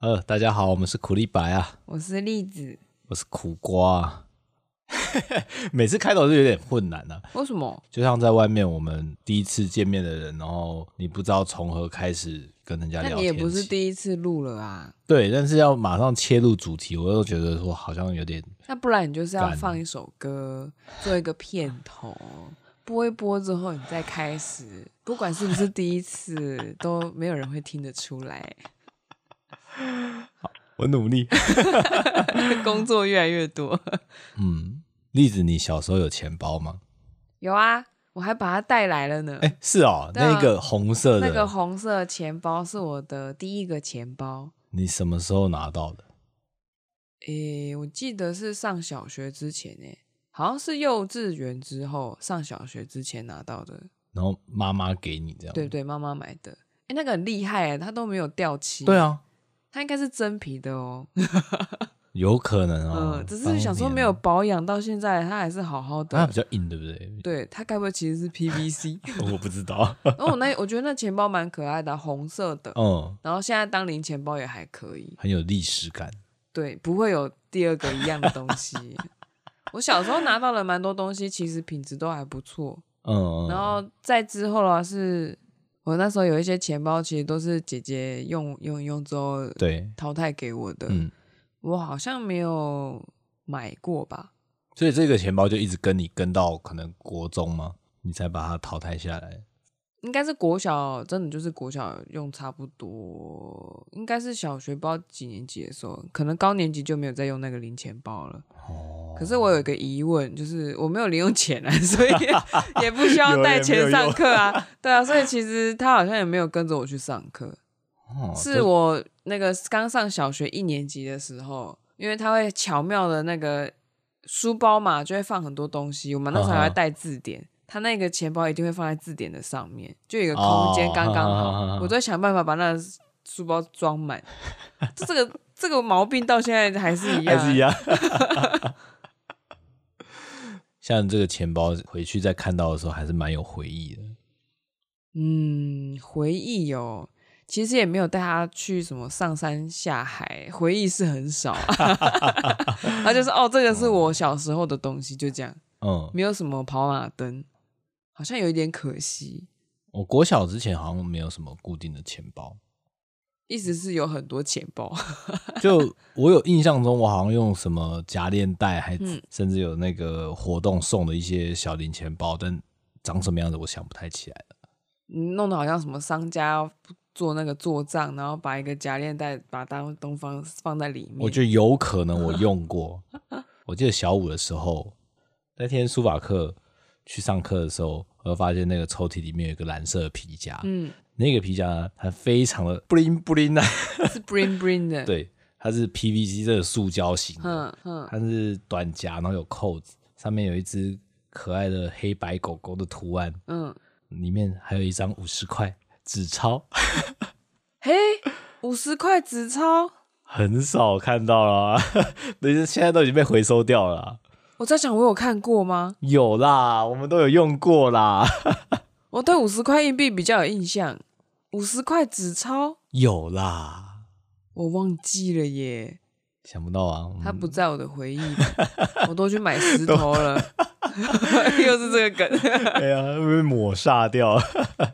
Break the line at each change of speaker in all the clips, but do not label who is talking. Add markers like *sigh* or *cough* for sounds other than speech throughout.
呃，大家好，我们是苦力白啊，
我是栗子，
我是苦瓜、啊。 *laughs* 每次开头是有点困难啊，
为什么？
就像在外面我们第一次见面的人，然后你不知道从何开始跟人家
那
聊
你
天
也
起。
不是第一次录了啊，
对，但是要马上切入主题，我又觉得说好像有点
那不然你就是要
干
放一首歌，做一个片头， *laughs* 播一播之后你再开始，不管是不是第一次，都没有人会听得出来。
我努力。
*laughs* 工作越来越多，
*laughs* 嗯，栗子，你小时候有钱包吗？
*laughs* 有啊，我还把它带来了呢。
哎、是哦，
对啊
那个红色的，
那个红色钱包是我的第一个钱包，
你什么时候拿到的？
诶，我记得是上小学之前诶，好像是幼稚园之后上小学之前拿到的，
然后妈妈给你这样？
对对，妈妈买的。诶，那个很厉害诶，欸它都没有掉漆，
对，啊，
它应该是真皮的哦。
有可能哦。
嗯，只是想说没有保养，到现在它还是好好
当年，它
的
啊比。较硬，对不对？
对，它该不会其实是 PVC？
*laughs* 我不知道。
然后我那我觉得那钱包蛮可爱的啊，红色的，
嗯，
然后现在当零钱包也还可以。
很有历史感。
对，不会有第二个一样的东西。我小时候拿到了蛮多东西，其实品质都还不错。
嗯，
然后再之后的话是，我那时候有一些钱包，其实都是姐姐用用用之后
对，
淘汰给我的。
嗯，
我好像没有买过吧？
所以这个钱包就一直跟你跟到可能国中吗？你才把它淘汰下来。
应该是国小，真的就是国小用差不多，应该是小学不知道几年级的时候，可能高年级就没有再用那个零钱包了。
哦，
可是我有一个疑问，就是我没有零用钱啊， *laughs* 所以也不需要
有
带
也没有
钱上
用
课啊。对啊，所以其实他好像也没有跟着我去上课，
哦
是
这
我那个刚上小学一年级的时候，因为他会巧妙的那个书包嘛，就会放很多东西，我们那时候还
啊哈
会带字典。他那个钱包一定会放在字典的上面，就有一个空间
哦
刚刚好，
哈哈哈哈
我都会想办法把那个书包装满。 *laughs* 这这个这个毛病到现在还是一样，
还是一样。 *laughs* 像这个钱包回去再看到的时候，还是蛮有回忆的。
嗯，回忆哦，其实也没有带他去什么上山下海，回忆是很少、 *laughs* 啊。他就是哦，这个是我小时候的东西，就这样，
嗯，
没有什么跑马灯，好像有一点可惜。
我国小之前好像没有什么固定的钱包，
一直是有很多钱包， *laughs*
就我有印象中，我好像用什么夹链袋，还
嗯
甚至有那个活动送的一些小零钱包，但长什么样子我想不太起来了。
嗯弄得好像什么商家要做那个做账，然后把一个夹链袋把它东方放在里面。
我觉得有可能我用过。 *laughs* 我记得小五的时候，那天书法课去上课的时候，我就发现那个抽屉里面有一个蓝色的皮夹，
嗯，
那个皮夹呢，它非常的 *laughs* bling bling 啊，
是 bling bling 的，，
对，它是 PVC 这个塑胶型的，
嗯嗯，
它是短夹，然后有扣子，上面有一只可爱的黑白狗狗的图案，
嗯，
里面还有一张五十块纸钞， *laughs*
嘿，五十块纸钞。
很少看到啦， *laughs* 那些现在都已经被回收掉了啊。
我在想，我有看过吗？
有啦，我们都有用过啦，
我对五十块硬币比较有印象，五十块纸钞
有啦，
我忘记了耶，
想不到啊，我们
它不在我的回忆里，
嗯
我都去买石
*laughs*
头了， *laughs* 又是这个梗。
哎呀，会被抹煞掉。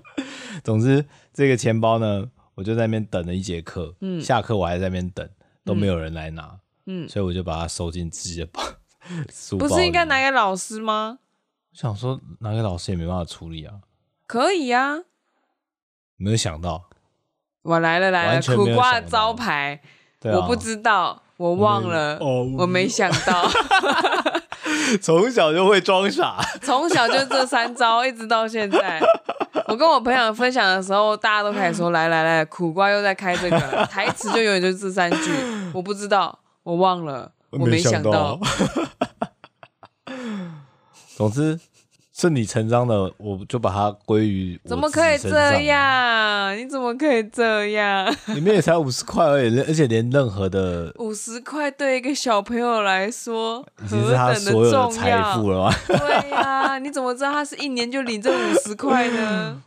*laughs* 总之，这个钱包呢，我就在那边等了一节课，
嗯
下课我还在那边等，都没有人来拿，
嗯，
所以我就把它收进自己的包 *laughs* 书包
不
里。
是应该拿给老师吗？
想说拿给老师也没办法处理啊，
可以啊，
没有想到，
我来了来了，
完全没有
苦
想到
瓜的招牌，
对啊，
我不知道，我忘了，
哦
我没想
*laughs*
到，
从小就会装傻，
从小就这三招，一直到现在。我跟我朋友分享的时候，大家都开始说：“来来来，苦瓜又在开这
*laughs*
个了台词，就永远就是这三句。”我不知道，我忘了，我没
*laughs*
想到。。
总之，顺理成章的，我就把它归于我
怎么可以
自己身
这
上
样？你怎么可以这样？
里面也才五十块而已，而且连任何
*laughs*
的
五十块对一个小朋友来说
已经
何
是他
等
所有的
重
财
要
富？了嘛。
对呀、你怎么知道他是一年就领这五十块呢？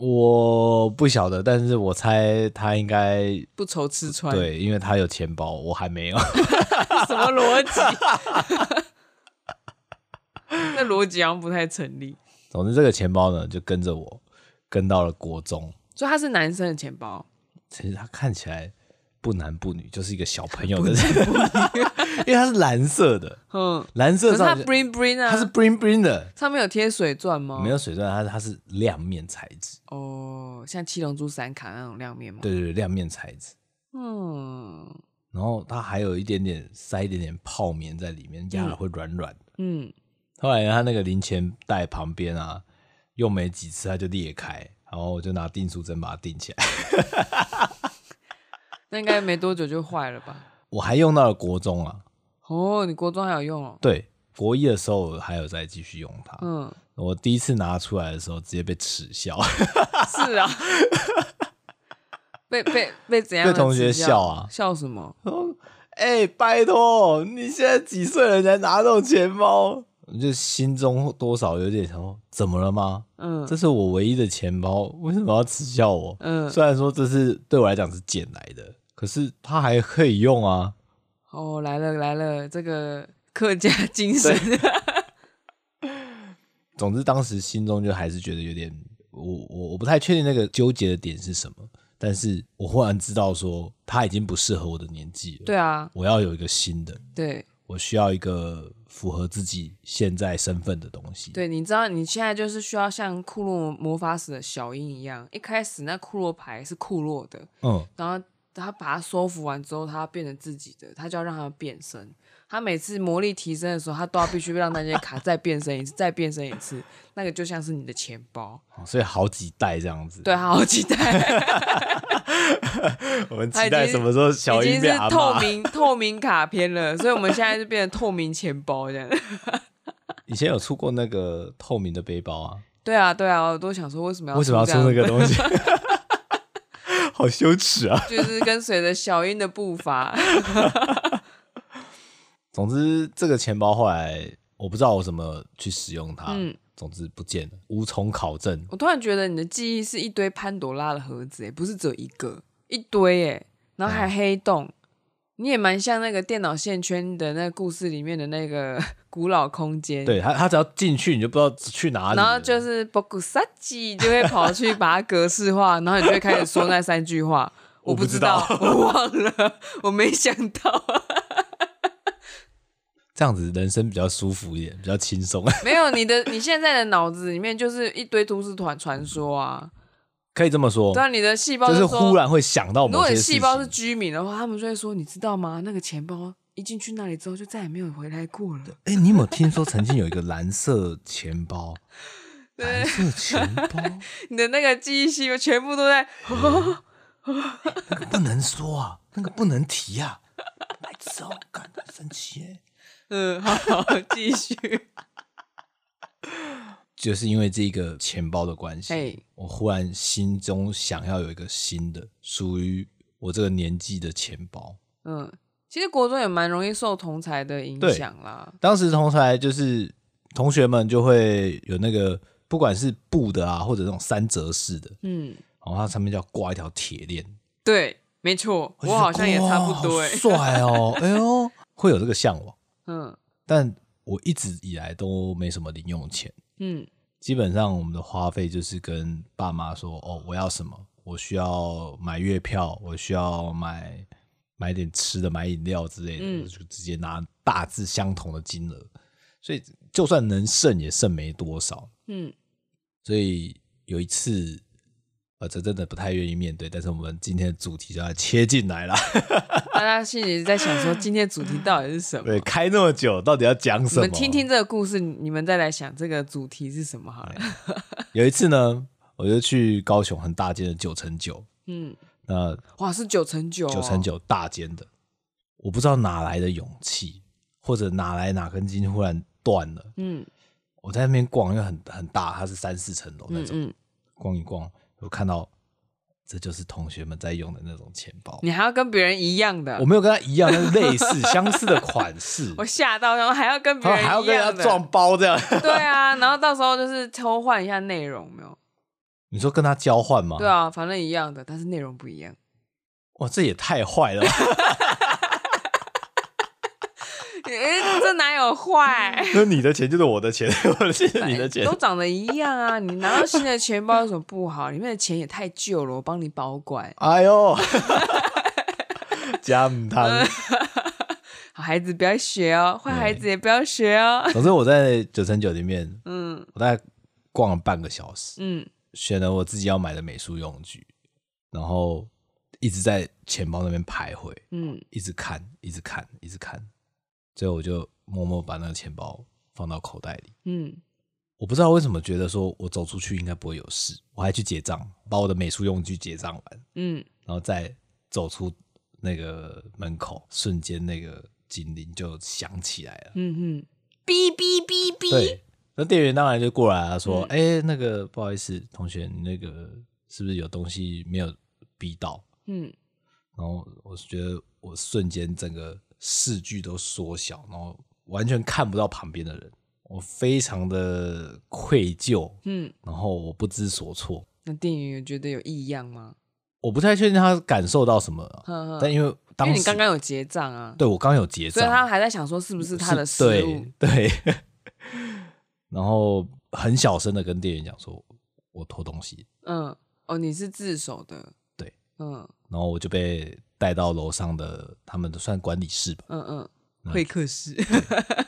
我不晓得，但是我猜他应该
*laughs* 不愁吃穿，
对，因为他有钱包，我还没有。
*laughs*
*laughs*
什么逻辑？ *laughs* 那逻辑好像不太成立。
总之，这个钱包呢，就跟着我跟到了国中。
所以他是男生的钱包，
其实他看起来不男不女，就是一个小朋友的人， *laughs* 因为它是蓝色的，
嗯，
蓝
可
色
是他
上去
bling bling 啊，
它是 bling bling 的，
上面有贴水钻吗？
没有水钻，它是它是亮面材质，
哦，像七龙珠闪卡那种亮面吗？，
对对对，亮面材质。
嗯
然后它还有一点点塞一点点泡棉在里面，压了会软软的。
嗯，
后来它那个零钱袋旁边啊，用没几次它就裂开，然后我就拿订书针把它订起来。 *laughs*
那应该没多久就坏了吧？
我还用到了国中啊，
哦，你国中还有用哦，
对，国一的时候我还有再继续用它。 *laughs*
嗯，
我第一次拿出来的时候，直接被耻笑，
是啊，被被被怎样？
被同学笑啊
笑什么？
哎、拜托，你现在几岁了，你还拿这种钱包？我就心中多少有点想说，怎么了吗？
嗯
这是我唯一的钱包，为什么要耻笑我？
嗯，
虽然说这是对我来讲是捡来的，可是它还可以用啊。
哦，来了来了，这个客
*laughs*
家精神，
总之，当时心中就还是觉得有点，我我我不太确定那个纠结的点是什么，但是我忽然知道说，它已经不适合我的年纪了。，
*laughs* 对啊，
我要有一个新的，
对
我需要一个符合自己现在身份的东西。，
对，你知道你现在就是需要像库洛魔法使的小樱一样，一开始那库洛牌是库洛的，
嗯，
然后他把它收服完之后，他要变成自己的，他就要让它变身。他每次魔力提升的时候，他都要必须让那些卡再变身一次，再变身一次。那个就像是你的钱包，
哦所以好几代这样子。
对，，啊他好期待，
*laughs* 我们
他
期
已经
待什么时候小
已
英
经
变
是
阿
透
妈？
明透明卡片了，所以我们现在就变成透明钱包这样。
以前有出过那个透明的背包啊，
对啊，对啊，我都想说为什么要
为什么要
这
出
样
那个东西？ *laughs* 好羞耻啊！
就是跟随着小英的步伐。 *laughs*
总之，这个钱包后来我不知道我怎么去使用它，
嗯
总之不见了，无从考证。
我突然觉得你的记忆是一堆潘朵拉的盒子，哎，不是只有一个，一堆哎，然后
嗯
还黑洞，你也蛮像那个电脑线圈的那个故事里面的那个 *laughs* 古老空间。。
对他，他只要进去，你就不知道去哪里了。
然后就是博古萨基就会跑去把它格式化，然后你就会开始说那三句话。
*laughs* 我
不
不
知
知道
我忘了，我没想到。 *laughs*
这样子，人生比较舒服一点，比较轻松， *laughs*
没有你的，你现在的脑子里面就是一堆都市传传说啊，
可以这么说
对。啊，你的细胞
就是
说
忽然会想到
如
某
果
些
你
事情。
细胞是居民的话，他们就会说：“你知道吗？那个钱包一进去那里之后，就再也没有回来过了。
哎、你有没有听说曾经有一个蓝色钱包？蓝色钱包
*laughs* 你的那个记忆细胞全部都在。
那个不能说啊，那个不能提啊，白痴哦，感生气耶。”
嗯，好好， *laughs* 继续。
就是因为这个钱包的关
嘿
系，我忽然心中想要有一个新的属于我这个年纪的钱包。
嗯，其实国中也蛮容易受同才的影响啦。
当时同才就是同学们就会有那个，不管是布的啊，或者那种三折式的，
嗯，
然后它上面就要挂一条铁链。
对，没错，我好像也差不多
哎、
哎、
好帅哦， *laughs* 哎呦，会有这个向往，
嗯
但我一直以来都没什么零用钱。
嗯
基本上我们的花费就是跟爸妈说，哦，我要什么，我需要买月票，我需要买买点吃的，买饮料之类的，
嗯
就直接拿大致相同的金额，所以就算能剩也剩没多少。
嗯，
所以有一次，呃，这真的不太愿意面对，但是我们今天的主题就要切进来了。
大家心里在想说，今天主题到底是什么？
对，开那么久，到底要讲
我
什么？
们听听这个故事，你们再来想这个主题是什么好了。
有一次呢，我就去高雄很大间的九乘九，
嗯，
那
哇，是九乘九、哦
九乘，九大间的，我不知道哪来的勇气，或者哪来哪根筋忽然断了。
嗯
我在那边逛，因为很很大，它是三四层楼那
嗯
种，
嗯，
逛一逛，我看到这就是同学们在用的那种钱包。
你还要跟别人一样的，
我没有跟他一样，但是类
*laughs*
似相似的款式，
我吓到，然后还要跟别
然
人
后啊还要
一
跟人
样
家
*laughs* 的，
撞包这样。哦
对啊，然后到时候就是偷换一下内容，没有？
你说跟他交换吗？
对啊，反正一样的，但是内容不一样。
哇，这也太坏了吧！
诶这哪有坏？
*laughs*
哎
那你的钱就是我的钱， *laughs* 我的钱就是你的钱
都。长得一样啊！你拿到新的钱包有什么不好？里面的钱也太旧了，我帮你保管。
哎 *laughs* 呦，加母汤。
好孩子不要学哦，坏孩子也不要学哦。
*laughs* 总之我在九层九里面，
嗯
我大概逛了半个小时，
嗯
选了我自己要买的美术用具，然后一直在钱包那边徘徊，
嗯，
一直看，一直看，一直看。最后我就默默把那个钱包放到口袋里。
嗯，
我不知道为什么觉得说我走出去应该不会有事，我还去结账，把我的美术用具结账完，
嗯，
然后再走出那个门口，瞬间那个警铃就响起来了。
嗯哼，哔哔哔哔，
对，那店员当然就过来了，说：“
嗯
哎、那个不好意思，同学，你那个是不是有东西没有逼到
嗯？”
然后我觉得我瞬间整个视距都缩小，然后完全看不到旁边的人，我非常的愧疚，
嗯。
然后我不知所措。
那店员有觉得有异样吗？
我不太确定他感受到什么，
呵呵
但因为
因
当
为
时
你刚刚有结账啊，
对我刚有结
所以
账，
他还在想说是不是他的
是
失误。
对对，然后很小声的跟店员讲说，我偷东西，
嗯，哦，你是自首的。
对，
嗯
然后我就被带到楼上的他们的算管理室吧，
嗯嗯，会客
*laughs*
室。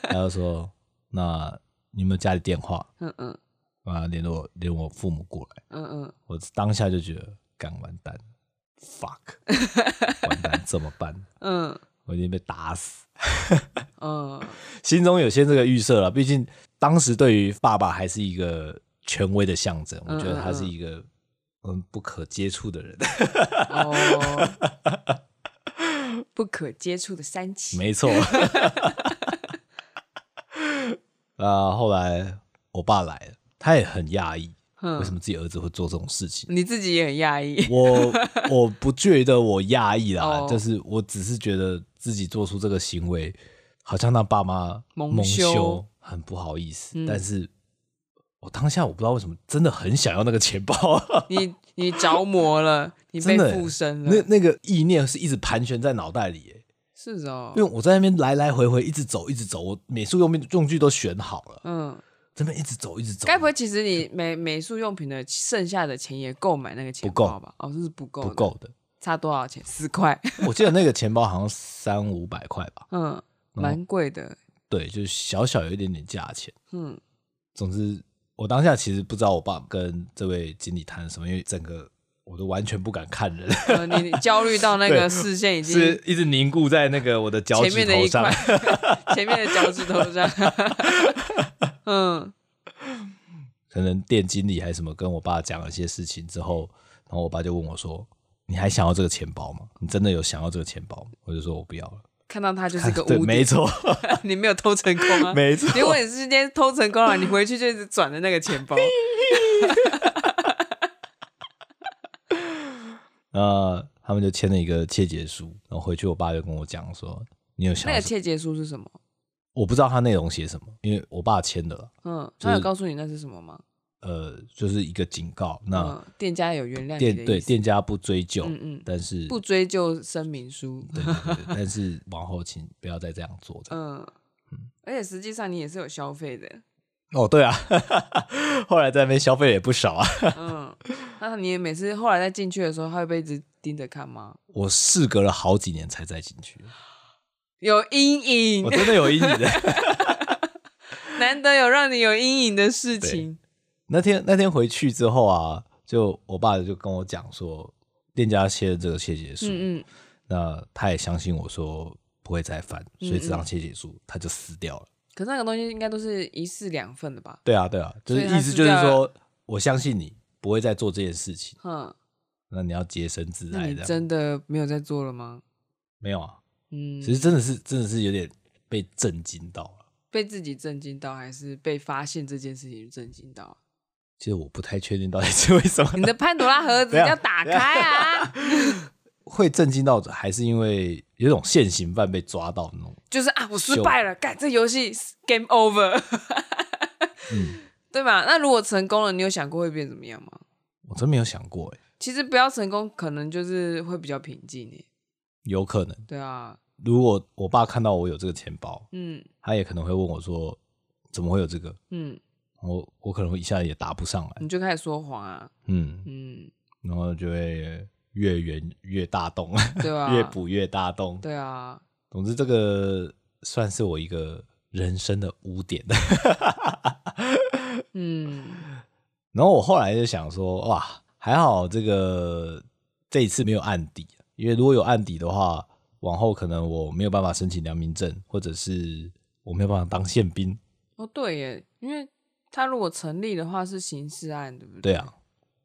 他就说，那你有没有家里电话
嗯嗯
啊？联络联络我父母过来，
嗯嗯，
我当下就觉得干完蛋，fuck，完
*laughs*
蛋怎么办？
嗯
我已经被打死，
嗯
心中有些这个预设了，毕竟当时对于爸爸还是一个权威的象征，我
嗯
觉得他
嗯
是一个嗯不可接触的人， *laughs*
哦，不可接触的三期。
没
*laughs*
错。啊，后来我爸来了，他也很讶异，为什
嗯，
么自己儿子会做这种事情。
你自己也很压抑。
我我不觉得我讶异啦
哦，
就是我只是觉得自己做出这个行为，好像让爸妈
蒙
蒙
羞
羞，很不好意思。
嗯
但是我当下我不知道为什么，真的很想要那个钱
*laughs*
包，
你你着魔了，你
真
被
的
附身
那
了，
那个意念是一直盘旋在脑袋里耶，
是哦
因为。我在那边来来回回一直走，一直走，我美术用品用具都选好了，
嗯，
这边一直走，一直走，
该不会其实你美美术用品的剩下的钱也够买那个钱
不够
包吧？哦，这是不够，
不，够的？
差多少钱？十块，
我记得那个钱包好像三五百块吧，
嗯，
后
蛮贵的，
对，就是小小有一点点价钱。
嗯
总之，我当下其实不知道我爸跟这位经理谈什么，因为整个我都完全不敢看人，
呃，你焦虑到那个
对
视线已经
*laughs* 是一直凝固在那个我的脚
前
趾
面的
头
一
上
块。， *laughs* 前面的脚趾头上， *laughs* 嗯
*laughs* 可能店经理还是什么跟我爸讲了一些事情之后，然后我爸就问我说：“你还想要这个钱包吗？你真的有想要这个钱包吗？”我就说我不要了。
看到他就是
*laughs*
个
对，
污
没
点，啊
错，
*laughs* 你没有偷成功啊？
没错。
结果你是今天偷成功了，你回去就一直转的那
*laughs*
个钱包。
那他们就签了一个切结书，然后回去我爸就跟我讲说：“你有想
那
要
个
什么
切结书是什么？
我不知道它内容写什么，因为我爸签的了，
嗯，他有告诉你那是什么吗？
呃，就是一个警告。那、
嗯，店家有原谅你的
店对
意思，
店家不追究，
嗯嗯
但是
不追究声明书。
对对对，对但
*laughs*
是往后请不要再这样做。这样
嗯，而且实际上你也是有消费的，
哦，对啊， *laughs* 后来在那边消费也不少啊。
嗯，那你每次后来再进去的时候，他会被一直盯着看吗？
我事隔了好几年才再进
*laughs*
去，
有阴
我
影，
真的有阴影的。 *laughs*
难得有让你有阴影的事情。
那天那天回去之后啊，就我爸就跟我讲说，店家签了这个切结书，
嗯嗯，
那他也相信我说不会再犯，所以这
嗯
张
嗯
切结书他就撕掉了。
可是那个东西应该都是一式两份的吧？
对啊，对啊，就是
所以他
意思
撕
就是
掉了
说，我相信你不会再做这件事情，
哼，
那你要洁身自
那
爱
你
这样。
真的没有在做了吗？
没有啊，
嗯，
其实真的是真的是有点被震惊到了。
被自己震惊到，还是被发现这件事情震惊 *laughs* 到？
其实我不太确定到底是为什么
你
*laughs*
的潘多拉盒子
等一下
要打开啊！
会震惊到，还是因为有一种现行犯被抓到那种。
*laughs* 就是啊，我失败了，干这游戏 game over，
嗯，
*laughs* 对吧？那如果成功了，你有想过会变怎么样吗？
我真没有想过、欸，
其实不要成功，可能就是会比较平静诶。
有可能。
对啊，
如果我爸看到我有这个钱包，
嗯
他也可能会问我说：“怎么会有这个
嗯，？”
我我可能一下也答不上来，
你就开始说谎啊，
嗯，
嗯，
然后就会越圆越大洞，
对
*laughs*
啊，
越补越大洞。
对啊，
总之，这个算是我一个人生的污点。
嗯
然后我后来就想说，哇，还好这个这一次没有案底，因为如果有案底的话，往后可能我没有办法申请良民证，或者是我没有办法当宪兵。
哦对耶，因为他如果成立的话是刑事案，对不
对
对
啊，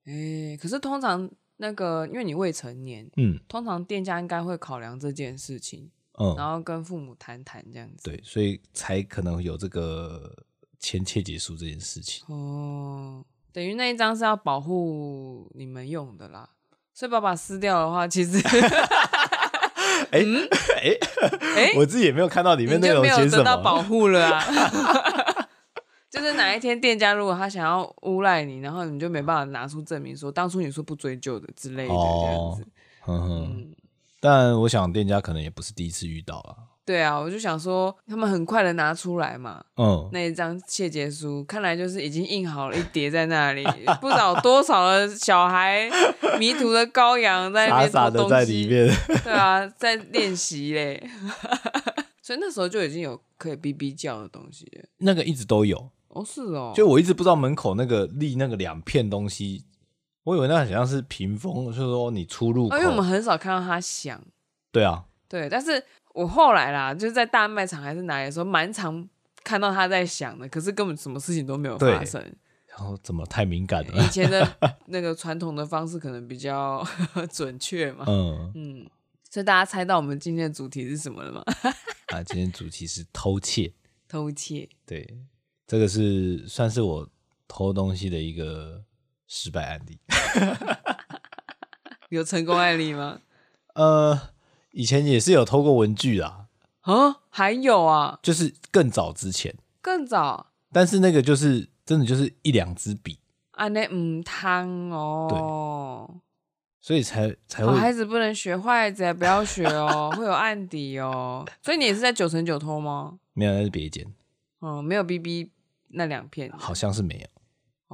哎，可是通常那个因为你未成年，
嗯
通常店家应该会考量这件事情，
嗯，
然后跟父母谈谈这样子。
对，所以才可能有这个签切结书这件事情。
哦，等于那一张是要保护你们用的啦。所以爸爸撕掉的话，其实 *laughs*
哎哎，
嗯哎，
*laughs* 我自己也没有看到里
你
面内
就
容
没有
写什
得到保
么。
护了啊。 *laughs* 就是哪一天店家如果他想要诬赖你，然后你就没办法拿出证明说当初你说不追究的之类的这样
哦
子。，
哼哼，
嗯，
但我想店家可能也不是第一次遇到了。
对啊，我就想说他们很快的拿出来嘛，
嗯，
那一张切结书，看来就是已经印好了一叠在
*laughs*
那里，不知道多少的小孩迷途的羔羊在
傻
那边
傻
偷东
的在
西，
里面。 *laughs*
对啊，在练习嘞， *laughs* 所以那时候就已经有可以哔哔叫的东西了。
那个一直都有，
哦，是哦，
就我一直不知道门口那个立那个两片东西，我以为那很像是屏风，就是说你出入口。
哦因为我们很少看到他响，
对啊，
对，但是我后来啦，就是在大卖场还是哪里的时候，蛮常看到他在响的，可是根本什么事情都没有
对
发生。
然后怎么太敏感了？
以前的那个传统的方式可能比较 *laughs* 准确嘛，
嗯
嗯，所以大家猜到我们今天的主题是什么了吗？ *laughs*
啊，今天主题是偷窃，
偷窃。
对，这个是算是我偷东西的一个失败案例。
有成功案例吗？ *laughs*
呃，以前也是有偷过文具啦，
啊，还有啊，
就是更早之前，
更早
但是那个就是真的就是一两支笔，
啊，那嗯汤哦，
所以才才
好
会
孩子不能学坏子，不要学哦，会有案底哦。所以你也是在九成九偷吗？
没有，那是别间，
嗯，没有 BB 那两片
好像是没有。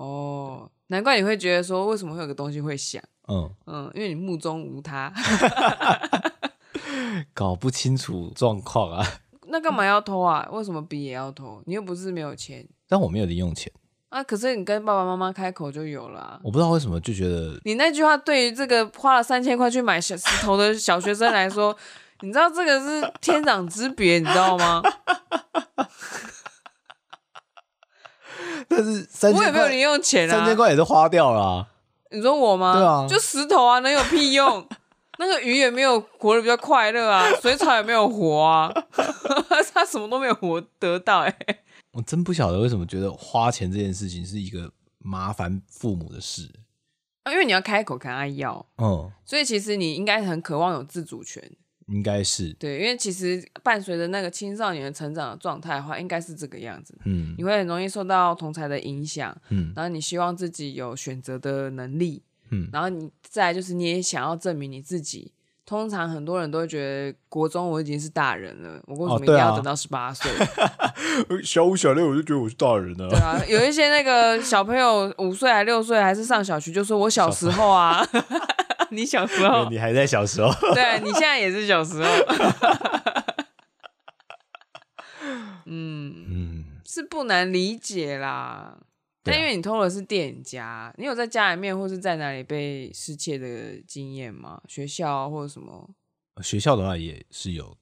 哦，难怪你会觉得说为什么会有个东西会响，
嗯，
嗯，因为你目中无他， *laughs*
搞不清楚状况啊。
那干嘛要偷啊？为什么笔也要偷？你又不是没有钱
但我没有零用钱，
啊，可是你跟爸爸妈妈开口就有了啊、
我不知道为什么就觉得
你那句话对于这个花了三千块去买小石头的小学生来说， *laughs* 你知道这个是天壤之别，你知道吗？
*laughs* 但是 *laughs* 三
我也
千
没有
块，
零用钱
三千
啊。
块也都花掉了啊、
你说我吗？
对啊
就石头啊，能有屁用？那个鱼也没有活得比较快乐啊，水草也没有活啊， *laughs* 他什么都没有活得到哎、
我真不晓得为什么觉得花钱这件事情是一个麻烦父母的事。
啊因为你要开口跟他要，
嗯，
所以其实你应该很渴望有自主权。
应该是，
对，因为其实伴随着那个青少年的成长的状态的话，应该是这个样子。
嗯
你会很容易受到同才的影响，
嗯
然后你希望自己有选择的能力，
嗯
然后你再来就是你也想要证明你自己。通常很多人都会觉得国中我已经是大人了，我为什
哦
么一定
对啊
要等到十八岁？ *laughs*
呃小五小六我就觉得我是大人
对
了，
*laughs* 啊，有一些那个小朋友五岁还六岁还是上小学，就说我小时候啊， *laughs* 你小时候，
你还在小时候。
对你现在也是小时候， *laughs* 嗯，
嗯，
是不难理解啦。
对啊
但因为你偷的是店家，你有在家里面或是在哪里被失窃的经验吗？学校啊或者什么？
学校的话也是有，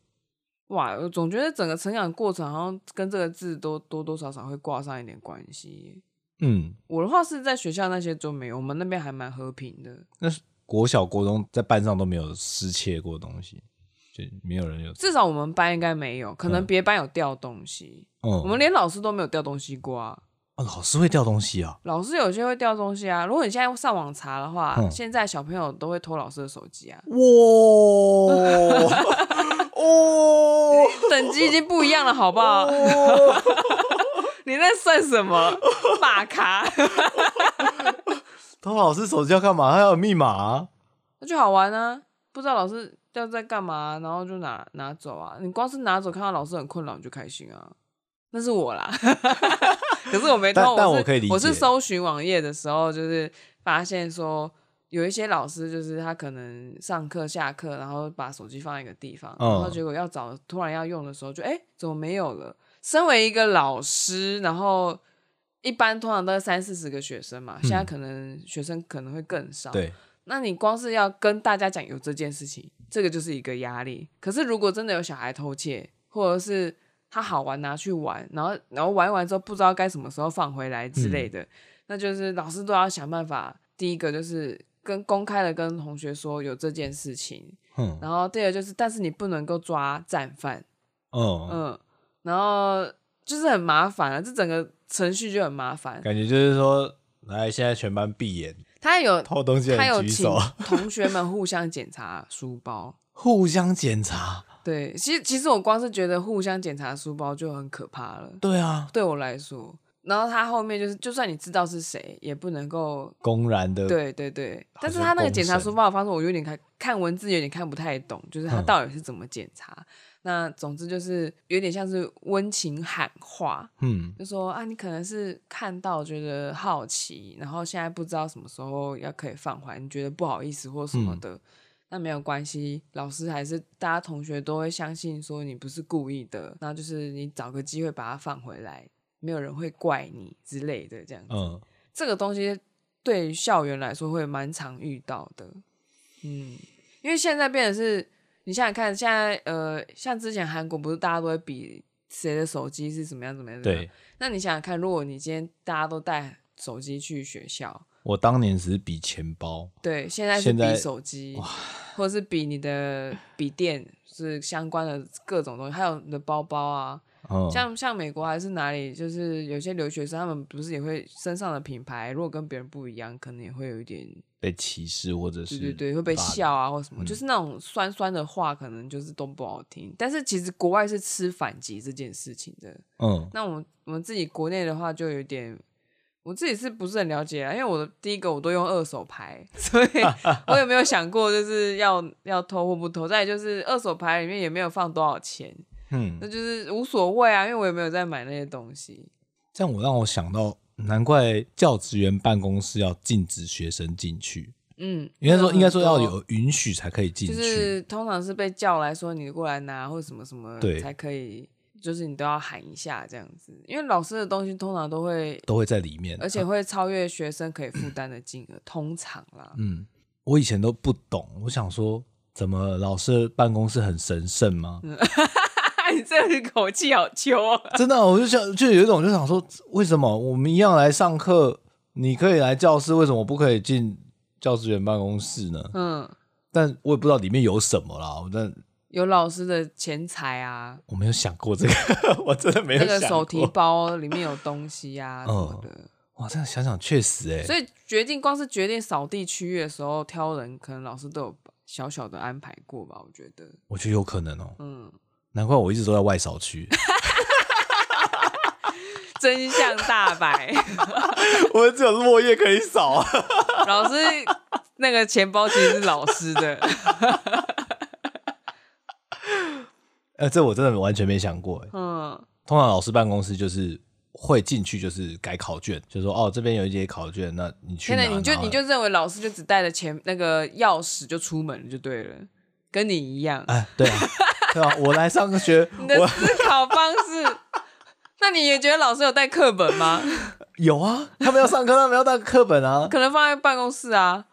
哇，我总觉得整个成长过程好像跟这个字都多多少少会挂上一点关系耶。
嗯，
我的话是在学校那些就没有，我们那边还蛮和平的，
那是国小、国中在班上都没有失窃过东西，就没有人有。
至少我们班应该没有，可能
嗯
别班有掉东西，
嗯，
我们连老师都没有掉东西过啊。
哦老师会掉东西啊。
老师有些会掉东西啊，如果你现在上网查的话，
嗯
现在小朋友都会偷老师的手机啊。
哇 *laughs* 哦，
等级已经不一样了，好不好？你那算什么？马卡？
偷老师手机要干嘛？他要有密码啊、
那就好玩啊！不知道老师要在干嘛、啊然后就拿拿走啊。你光是拿走，看到老师很困扰，你就开心啊。那是
*laughs*
我啦，可是我没偷，
但但
我
我可以理解
我是搜寻网页的时候，就是发现说有一些老师，就是他可能上课下课，然后把手机放在一个地方，
嗯
然后结果要找突然要用的时候就，哎怎么没有了？身为一个老师，然后一般通常都是三四十个学生嘛，
嗯
现在可能学生可能会更
*laughs*
少，
对，
那你光是要跟大家讲有这件事情，这个就是一个压力。可是如果真的有小孩偷窃，或者是他好玩拿去玩，然后然后玩一玩之后不知道该什么时候放回来之
嗯
类的，那就是老师都要想办法。第一个就是跟公开的跟同学说有这件事情，
哼，
然后第二个就是，但是你不能够抓战犯，
嗯，
嗯，然后就是很麻烦啊，这整个程序就很麻烦。
感觉就是说，来，现在全班闭眼，
他有
偷东西的
他有
人举
请
手， *laughs*
同学们互相检查书包。
互相检查。
对，其实其实我光是觉得互相检查书包就很可怕了，
对啊，
对我来说。然后他后面就是，就算你知道是谁，也不能够。
公然的，
对对对，
呃好
但是
像
他那个
公
检查
审
书包的方式，我有点看看文字有点看不太懂，就是他
嗯
到底是怎么检查。那总之就是有点像是温情喊话，
嗯，
就说啊，你可能是看到觉得好奇，然后现在不知道什么时候要可以放缓，你觉得不好意思或什么的，那没有关系，老师还是大家同学都会相信说你不是故意的，然后就是你找个机会把它放回来，没有人会怪你之类的这样子。
嗯，
这个东西对于校园来说会蛮常遇到的，嗯，因为现在变得是，你想想看，现在呃，像之前韩国不是大家都会比谁的手机是怎么样怎么样怎么
对，
样
啊
那你想想看，如果你今天大家都带手机去学校，
我当年只是比钱包，
对，现在是
现
比
在
手机，或者是比你的笔电，是相关的各种东西，还有你的包包啊，
嗯，
像像美国还是哪里，就是有些留学生他们不是也会身上的品牌，如果跟别人不一样，可能也会有一点，
被歧视或者
对
是
对对，会被
霸凌嗯
笑啊或什么，就是那种酸酸的话，可能就是都不好听。但是其实国外是吃反击这件事情的，
嗯
那我们我们自己国内的话，就有点，我自己是不是很了解啊？因为我的第一个我都用二手牌， *laughs*
*laughs*
所以我也没有想过就是要要偷或不偷。再来就是二手牌里面也没有放多少钱，
嗯
那，就是无所谓啊，因为我也没有在买那些东西。
这样我让我想到，难怪教职员办公室要禁止学生进去，
嗯，
应该说
有
应该说
很
要
多
有允许才可以进
就
去，
是通常是被叫来说你过来拿或者什么什么
对
才可以，就是你都要喊一下这样子，因为老师的东西通常都会，
都会在里面，
而且会超越学生可以负担的金额，通常啦。
嗯，我以前都不懂，我想说，怎么老师的办公室很神圣吗？
*laughs* 你这个口气好秋哦。
真的啊、我就想，就有一种就想说，为什么我们一样来上课，你可以来教室，为什么不可以进教职员办公室呢？
嗯，
但我也不知道里面有什么啦，我但
有老师的钱财啊，
我没有想过这个， *laughs* 我真的没有
那
想过。
个手提包里面有东西啊什么
嗯
的，
哇，这样想想确实哎、
所以决定光是决定扫地区域的时候挑人，可能老师都有小小的安排过吧，我觉得。
我觉得有可能哦、
嗯，
难怪我一直都在外扫区，
真相大 *laughs* 白，
*laughs* 我只有落叶可以扫啊。
老师那个钱包其实是老师的，
呃，这我真的完全没想过、欸。
嗯
通常老师办公室就是会进去，就是改考卷，就说哦，这边有一节考卷，那你去
天
拿。
哪，你就
然后
你就认为老师就只带着钱那个钥匙就出门了就对了，跟你一样，
哎，对
*laughs*
啊，对啊，我来上个学，
你的
我
思考方式。 *laughs* 那你也觉得老师有带课本吗？
有啊，他们要上课，他们要带课本
*laughs*
啊，
可能放在办公室啊，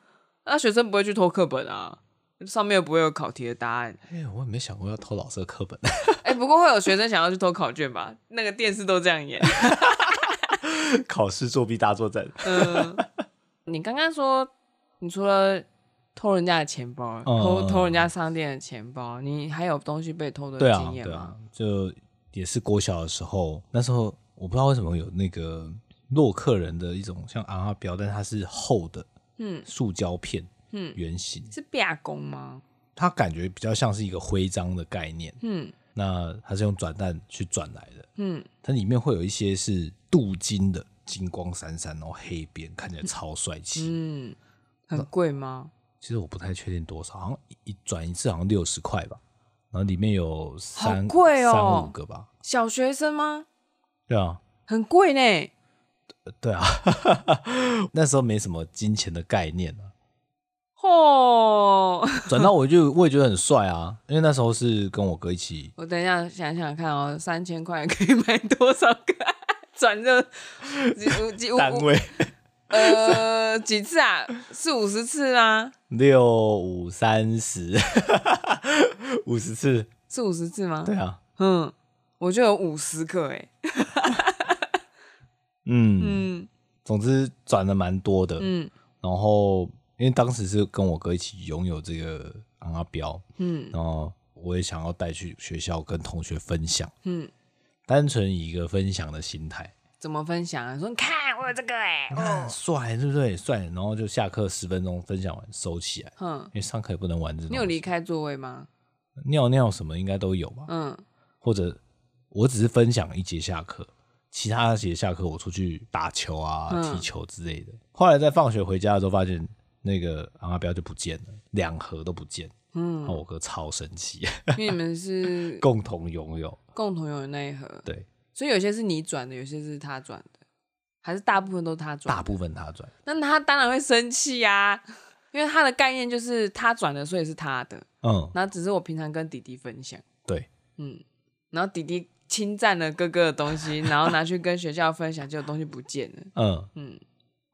那学生不会去偷课本啊，上面又不会有考题的答案。
哎、我也没想过要偷老师的课本，啊
*laughs* 哎、不过会有学生想要去偷考卷吧？那个电视都这样演。
考试作弊大作战。
嗯，你刚刚说，你除了偷人家的钱包，偷
嗯
偷人家商店的钱包，你还有东西被偷的
对啊
经，验
对
吗
啊？，就也是国小的时候，那时候我不知道为什么有那个洛克人的一种像昂阿标，但它是厚的
嗯
塑胶片，
嗯
圆形，
是罢工吗？
它感觉比较像是一个徽章的概念。
嗯
那它是用转蛋去转来的，
嗯
它里面会有一些是镀金的，金光闪闪，然后黑边，看起来超帅气。
嗯，很贵吗？
其实我不太确定多少，好像一一转一次好像六十块吧，然后里面有三
好贵哦
三五个吧，
小学生吗？
对啊，
很贵呢。
呃对啊， *laughs* 那时候没什么金钱的概念啊。
哦， *laughs*
转到我就 *laughs* 我也觉得很帅啊，因为那时候是跟我哥一起，
我等一下想想看哦，三千块可以买多少个？ *laughs* 转热几五几五
单位
呃几次啊？四五十次吗？
六五三十， *laughs* 五十次，
四五十次吗？
对啊，
嗯，我就有五十个哎、
嗯，
嗯
总之转的蛮多的，
嗯
然后因为当时是跟我哥一起拥有这个昂阿标，
嗯
然后我也想要带去学校跟同学分享，
嗯，
单纯以一个分享的心态，
怎么分享啊？说你看我有这个哎、
你看
哦，
帅对不对？帅，然后就下课十分钟分享完收起来，
哼
因，为上课也不能玩这种。
你有离开座位吗？
尿尿什么应该都有吧？
嗯
或者我只是分享一节下课，其他的节下课我出去打球啊、
嗯
踢球之类的。后来在放学回家的时候，发现那个昂阿彪就不见了，两盒都不见，然
嗯，
后我哥超生气， *laughs*
因为你们是
共同拥有。
共同有的那一盒，
对，
所以有些是你转的，有些是他转的，还是大部分都是他转
大
的？
部分他转，
那他当然会生气呀、 *laughs* 因为他的概念就是他转的，所以是他的，
嗯，
然后只是我平常跟弟弟分享，
对，
嗯，然后弟弟侵占了哥哥的东西，然后拿去跟学校分享，结果东西不见了，
嗯
嗯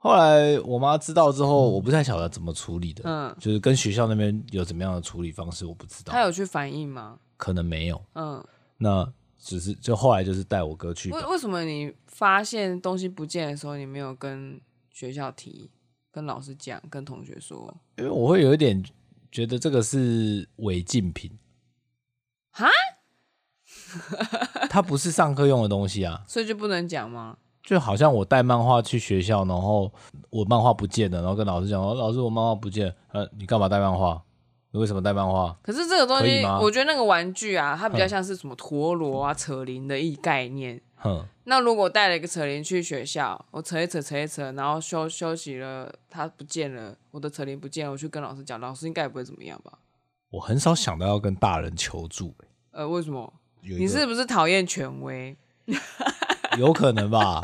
后来我妈知道之后，我不太晓得怎么处理的，
嗯，
就是跟学校那边有怎么样的处理方式，我不知道
他，有去反应吗？
可能没有。
嗯，
那只是就后来就是带我哥去
为为什么你发现东西不见的时候，你没有跟学校提、跟老师讲、跟同学说？
因为我会有一点觉得这个是违禁品
哈，
*laughs* 它不是上课用的东西啊。
所以就不能讲吗？
就好像我带漫画去学校，然后我漫画不见了，然后跟老师讲说：“老师，我漫画不见了。”呃，你干嘛带漫画？你为什么带漫画？
可是这个东
可以
西
吗，
我觉得那个玩具啊，它比较
嗯
像是什么陀螺啊、扯铃的一概念。
哼，
那如果我带了一个扯铃去学校，我扯一扯扯一扯，然后休休息了，它不见了，我的扯铃不见了，我去跟老师讲，老师应该也不会怎么样吧？
我很少想到要跟大人求助、欸
呃，为什么？
有一
你
个
是不是讨厌权威？
有可能
*laughs*
吧，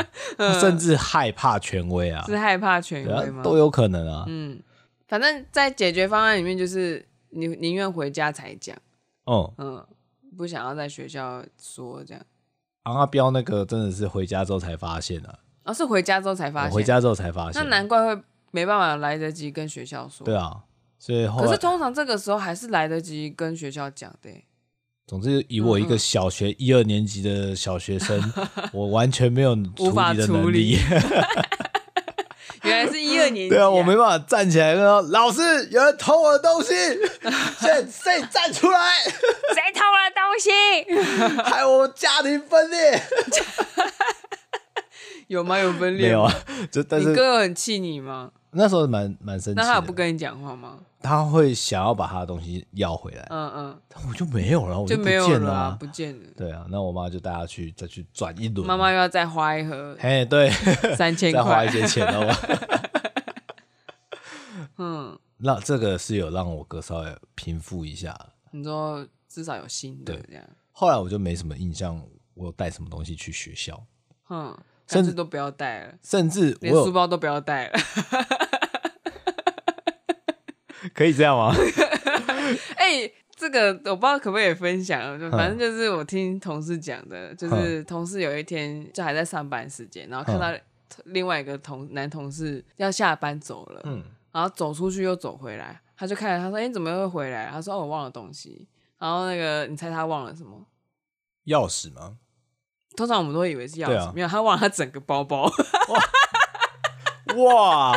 甚至害怕权威啊，
嗯是害怕权
对啊
威吗？
都有可能啊。
嗯，反正，在解决方案里面，就是你宁愿回家才讲，
嗯，
嗯，不想要在学校说这样。
昂阿彪那个真的是回家之后才发现啊，
而、哦是回家之后才发
我
现，
哦回家之后才发
那
现，啊
难怪会没办法来得及跟学校说。
对啊，所以后
可是
来
通常这个时候还是来得及跟学校讲的欸、
总之以我一
嗯
个小学一二年级的小学生，
*laughs*
我完全没有处
无法
理的
处
能 *laughs*
理
力，
原来是一二年级、
*laughs* 对啊，我没办法站起来跟他说老师有人偷我的东
*laughs*
西，现在谁站出来，
谁偷了东西？
害我家庭分
*laughs*
裂，
有吗？有分
没
裂
有
吗？
啊，就但
你
是
哥有很气你吗？
那时候蛮蛮生气
那他有不
的，
跟你讲话吗？
他会想要把他的东西要回来，
嗯嗯，
但我就没有了，我
就
不
没有
见
了、
了啊、
不见了。
对啊，那我妈就带他去再去转一轮。
妈妈，又要再花一盒
*laughs* 嘿，对，
三
*laughs*
千
再花
块
一，些钱哦。
嗯，
让这个是有让我哥稍微平复一下。
你说至少有新的
对
这样，
后来我就没什么印象，我有带什么东西去学校，
嗯，
甚
甚
至
至都不要带了，
甚至我
连书
有
包都不要带了。 *laughs*
可以这样吗？
哎、这个我不知道可不可以分享，啊就
嗯
反正就是我听同事讲的，就是同事有一天就还在上班时间，然后看到
嗯
另外一个同男同事要下班走了，
嗯
然后走出去又走回来，他就看着他说：“哎、你怎么又回来？”他说：“哦，我忘了东西。”然后那个你猜他忘了什么？
钥匙吗？
通常我们都会以为是钥
对
匙，
啊
没有，他忘了他整个包包， *laughs*
哇，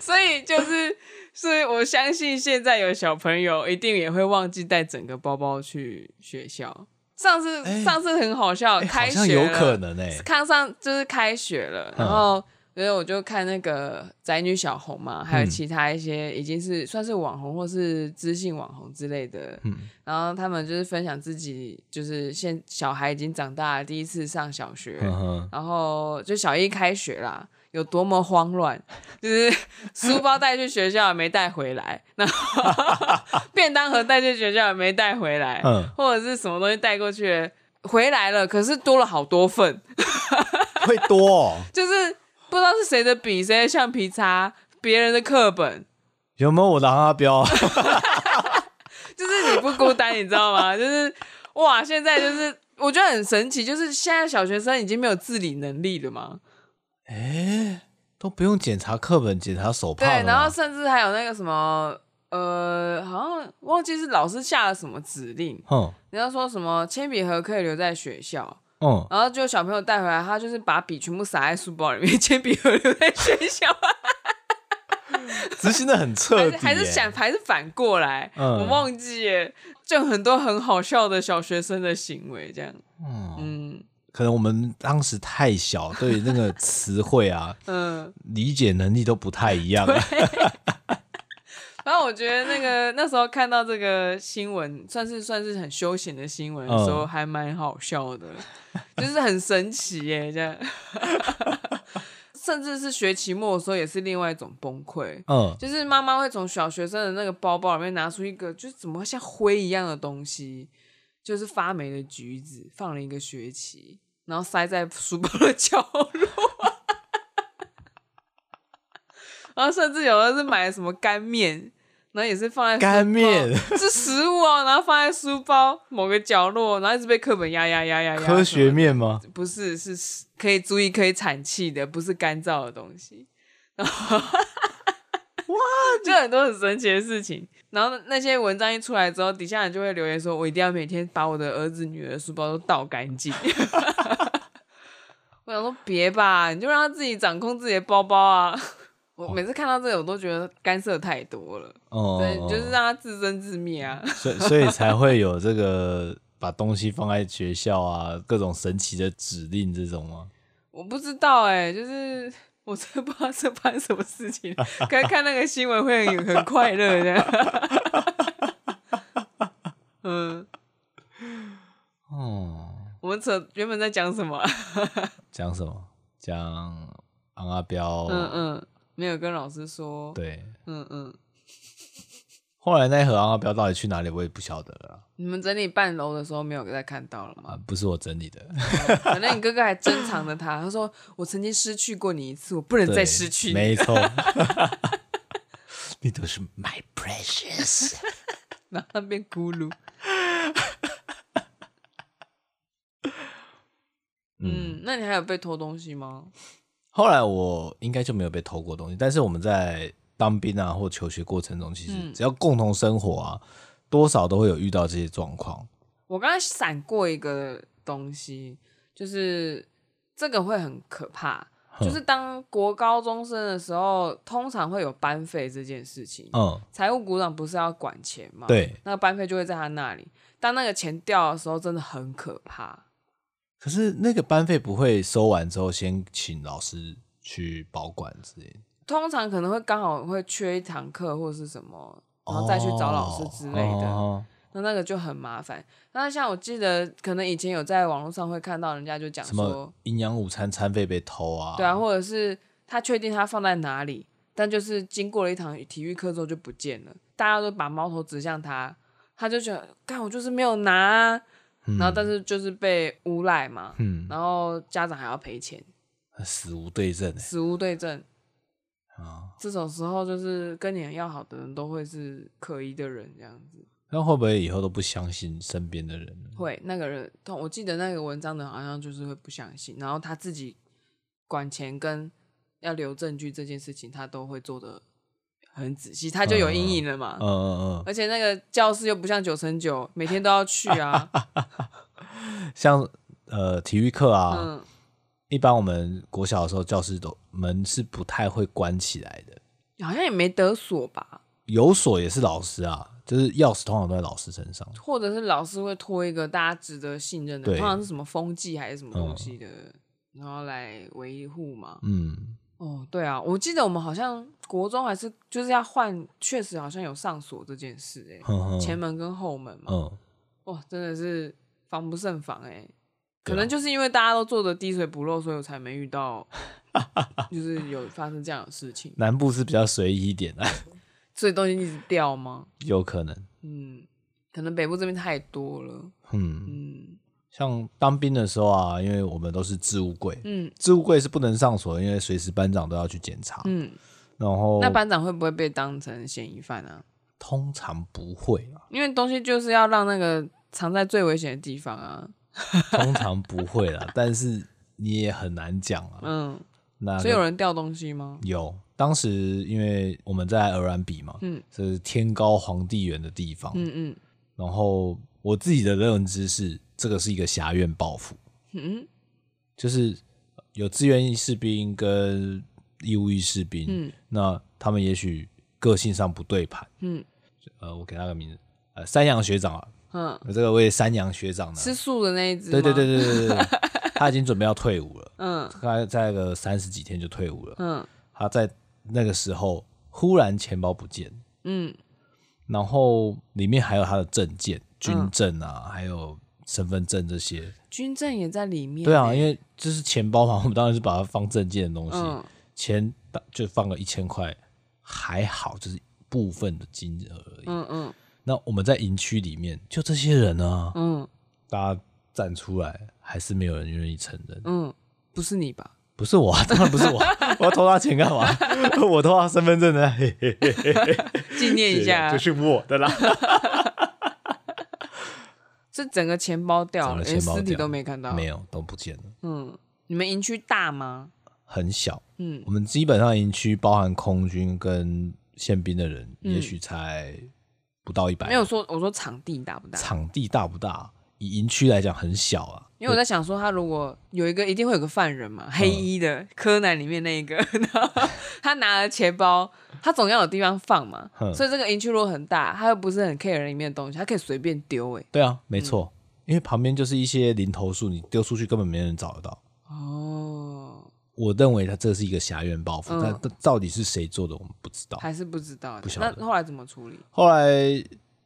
所以就是，所以我相信现在有小朋友一定也会忘记带整个包包去学校。上次、
哎
上次很好笑，
哎好
开
像
学
有嗯
了
可能哎、
看上就是开学了，然后所以我就看那个宅女小红嘛，
嗯
还有其他一些已经是算是网红或是知性网红之类的，
嗯
然后他们就是分享自己就是现小孩已经长大了，第一次上小学，
嗯哼，
*laughs* 然后就小一开学啦，有多么慌乱，就是书包带去学校也没带回来，
*laughs*
然后便当盒带去学校也没带回来，
嗯
或者是什么东西带过去回来了，可是多了好多份，
会多、哦。
就是不知道是谁的笔、谁的橡皮擦、别人的课本，
有没有我的阿标？
就是你不孤单，你知道吗？就是哇，现在就是我觉得很神奇，就是现在小学生已经没有自理能力了嘛。
哎、都不用检查课本，检查手
对
帕了，吗
然后甚至还有那个什么，呃，好像忘记是老师下了什么指令，
哼，
人家说什么铅笔盒可以留在学校，
嗯，
然后就小朋友带回来，他就是把笔全部撒在书包里面，铅笔盒留在学校，
执行的很彻
还
底、
是
欸
还是想还是反过来，
嗯
我忘记耶，就很多很好笑的小学生的行为这样，嗯
可能我们当时太小，对于那个词汇啊，
嗯，
理解能力都不太一
*laughs*
样。
然后我觉得那个那时候看到这个新闻，算是算是很休闲的新闻的时候，
嗯
还蛮好笑的，就是很神奇耶，这样。 *laughs* 甚至是学期末的时候，也是另外一种崩溃。
嗯，
就是妈妈会从小学生的那个包包里面拿出一个，就是怎么像灰一样的东西，就是发霉的橘子，放了一个学期，然后塞在书包的角落。 *laughs* 然后甚至有的是买什么干面，然后也是放在书
*laughs*
包
干
*laughs*
面
是食物哦，然后放在书包某个角落，然后一直被课本压压压压压。
科学面吗？
不是，是可以注意可以产气的，不是干燥的东西。然后 *laughs* 哇，就很多很神奇的事情。然后那些文章一出来之后，底下人就会留言说：“我一定要每天把我的儿子、女儿书包都倒干净。”我想说别吧，你就让他自己掌控自己的包包啊！我每次看到这个，我都觉得干涉太多了。
哦、
对，就是
嗯
让他自生自灭啊！
所以所以才会有这个把东西放在学校啊，各种神奇的指令这种吗？
我不知道哎、就是我真的不知道是发生什么事情，可是看那个新闻会很很快乐的。嗯，
哦、
*laughs* 我们扯原本在讲什么啊？
讲什么？讲昂阿标，
嗯嗯，没有跟老师说。
对。
嗯嗯，
后来那盒昂阿标到底去哪里，我也不晓得了啦
你们整理半楼的时候没有再看到了吗？
啊，不是我整理
*laughs*
的。
反正你哥哥还珍藏着它，他说我曾经失去过你一次，我不能
对
再失去你。
没错， *laughs* 你都是 my precious。
*laughs* *laughs* 然后那边咕噜。嗯，那你还有被偷东西吗？
后来我应该就没有被偷过东西，但是我们在当兵啊或求学过程中，其
嗯
实只要共同生活啊，多少都会有遇到这些状况。
我刚刚闪过一个东西，就是这个会很可怕，
哼
就是当国高中生的时候，通常会有班费这件事情。
嗯，
财务股长不是要管钱吗？，
对。
那个班费就会在他那里。当那个钱掉的时候，真的很可怕。
可是那个班费不会收完之后先请老师去保管之类的，
通常可能会刚好会缺一堂课或是什么，然后再去找老师之类的。
哦
那那个就很麻烦。那像我记得，可能以前有在网络上会看到人家就讲
什
说
么，营养午餐餐费被偷啊？
对啊，，或者是他确定他放在哪里，但就是经过了一堂体育课之后就不见了，大家都把矛头指向他，他就觉得，干我就是没有拿、啊，
嗯
然后但是就是被诬赖嘛，
嗯，
然后家长还要赔钱，
死无对证欸
死无对证。
啊！
这种时候就是跟你很要好的人都会是可疑的人，这样子
那会不会以后都不相信身边的人了？
会那个人，通我记得那个文章的好像就是会不相信，然后他自己管钱跟要留证据这件事情，他都会做的很仔细，他就有阴影了嘛。
嗯嗯
而且那个教室又不像九乘九，每天都要去
*laughs*
啊。
嗯，像呃体育课啊，
嗯，
一般我们国小的时候教室都门是不太会关起来的，
好像也没得锁吧，
有锁也是老师啊，就是钥匙通常都在老师身上。
或者是老师会托一个大家值得信任的，
对嗯
通常是什么风纪还是什么东西的，然后来维护嘛。
嗯，
哦，对啊，我记得我们好像国中还是就是要换，确实好像有上锁这件事、欸，哎、
哼哼
前门跟后门嘛，
嗯，
哇，真的是防不胜防哎、欸
对啊
可能就是因为大家都做的滴水不漏，所以我才没遇
*laughs*
到，就是有发生这样的事情。
南部是比较随意一点的， *laughs*
所以东西一直掉吗？
有可能。
嗯，可能北部这边太多了。
嗯，
嗯
像当兵的时候啊，因为我们都是置物柜，
嗯
置物柜是不能上锁的，因为随时班长都要去检查。
嗯，
然后
那班长会不会被当成嫌疑犯啊？
通常不会啊，
因为东西就是要让那个藏在最危险的地方啊。
通常不会啦， *laughs* 但是你也很难讲啊。
嗯，
那
所以有人掉东西吗？
有，当时因为我们在鹅銮比嘛，
嗯
是天高皇帝远的地方，
嗯嗯
然后我自己的认知是，这个是一个狭院报复，
嗯
就是有志愿役士兵跟义务役士兵，
嗯
那他们也许个性上不对盘，
嗯
呃，我给他个名字，呃，山羊学长啊，
嗯，
这个位山羊学长呢，
吃素的那一只。
对对对。对对对
*laughs*
对，他已经准备要退伍了，
嗯
他在个三十几天就退伍了，
嗯
他在那个时候忽然钱包不见，
嗯
然后里面还有他的证件、军
嗯
证啊，还有身份证这些。
军政也在里面欸。
对啊，因为这是钱包嘛， *laughs* 我们当然是把它放证件的东西，
嗯
钱大就放个一千块，还好，就是部分的金额而已。
嗯嗯
那我们在营区里面，就这些人啊，
嗯
大家站出来，还是没有人愿意承认。
嗯，不是你
*laughs*
吧？
不是我、啊，当然不是我啊， *laughs* 我要偷他钱干嘛？我偷他身份证呢？ *laughs* 嘿嘿嘿
纪念一下啊
这，是我的啦。
这整个钱包掉了，
整
连
个钱包
尸体
掉
都没看到。
没有，都不见了，
嗯，你们营区大吗？
很小。
嗯
我们基本上营区包含空军跟宪兵的人，
嗯
也许才不到一百。
没有说，我说场地大不大？
场地大不大？以营区来讲很小啊，
因为我在想说，他如果有一个，一定会有个犯人
嗯
嘛，黑衣的 *laughs* 柯南里面那一个， *laughs* 然后他拿了钱包，他总要有地方放嘛，
哼
所以这个营区如果很大，他又不是很 care 里面的东西，他可以随便丢哎、
对啊，没错，因为旁边就是一些零头树，你丢出去根本没人找得到。
哦，
我认为他这是一个狭怨报复，
嗯
但但到底是谁做的，我们不知道。
还是不知道
不晓
那
得
后来怎么处理？
后来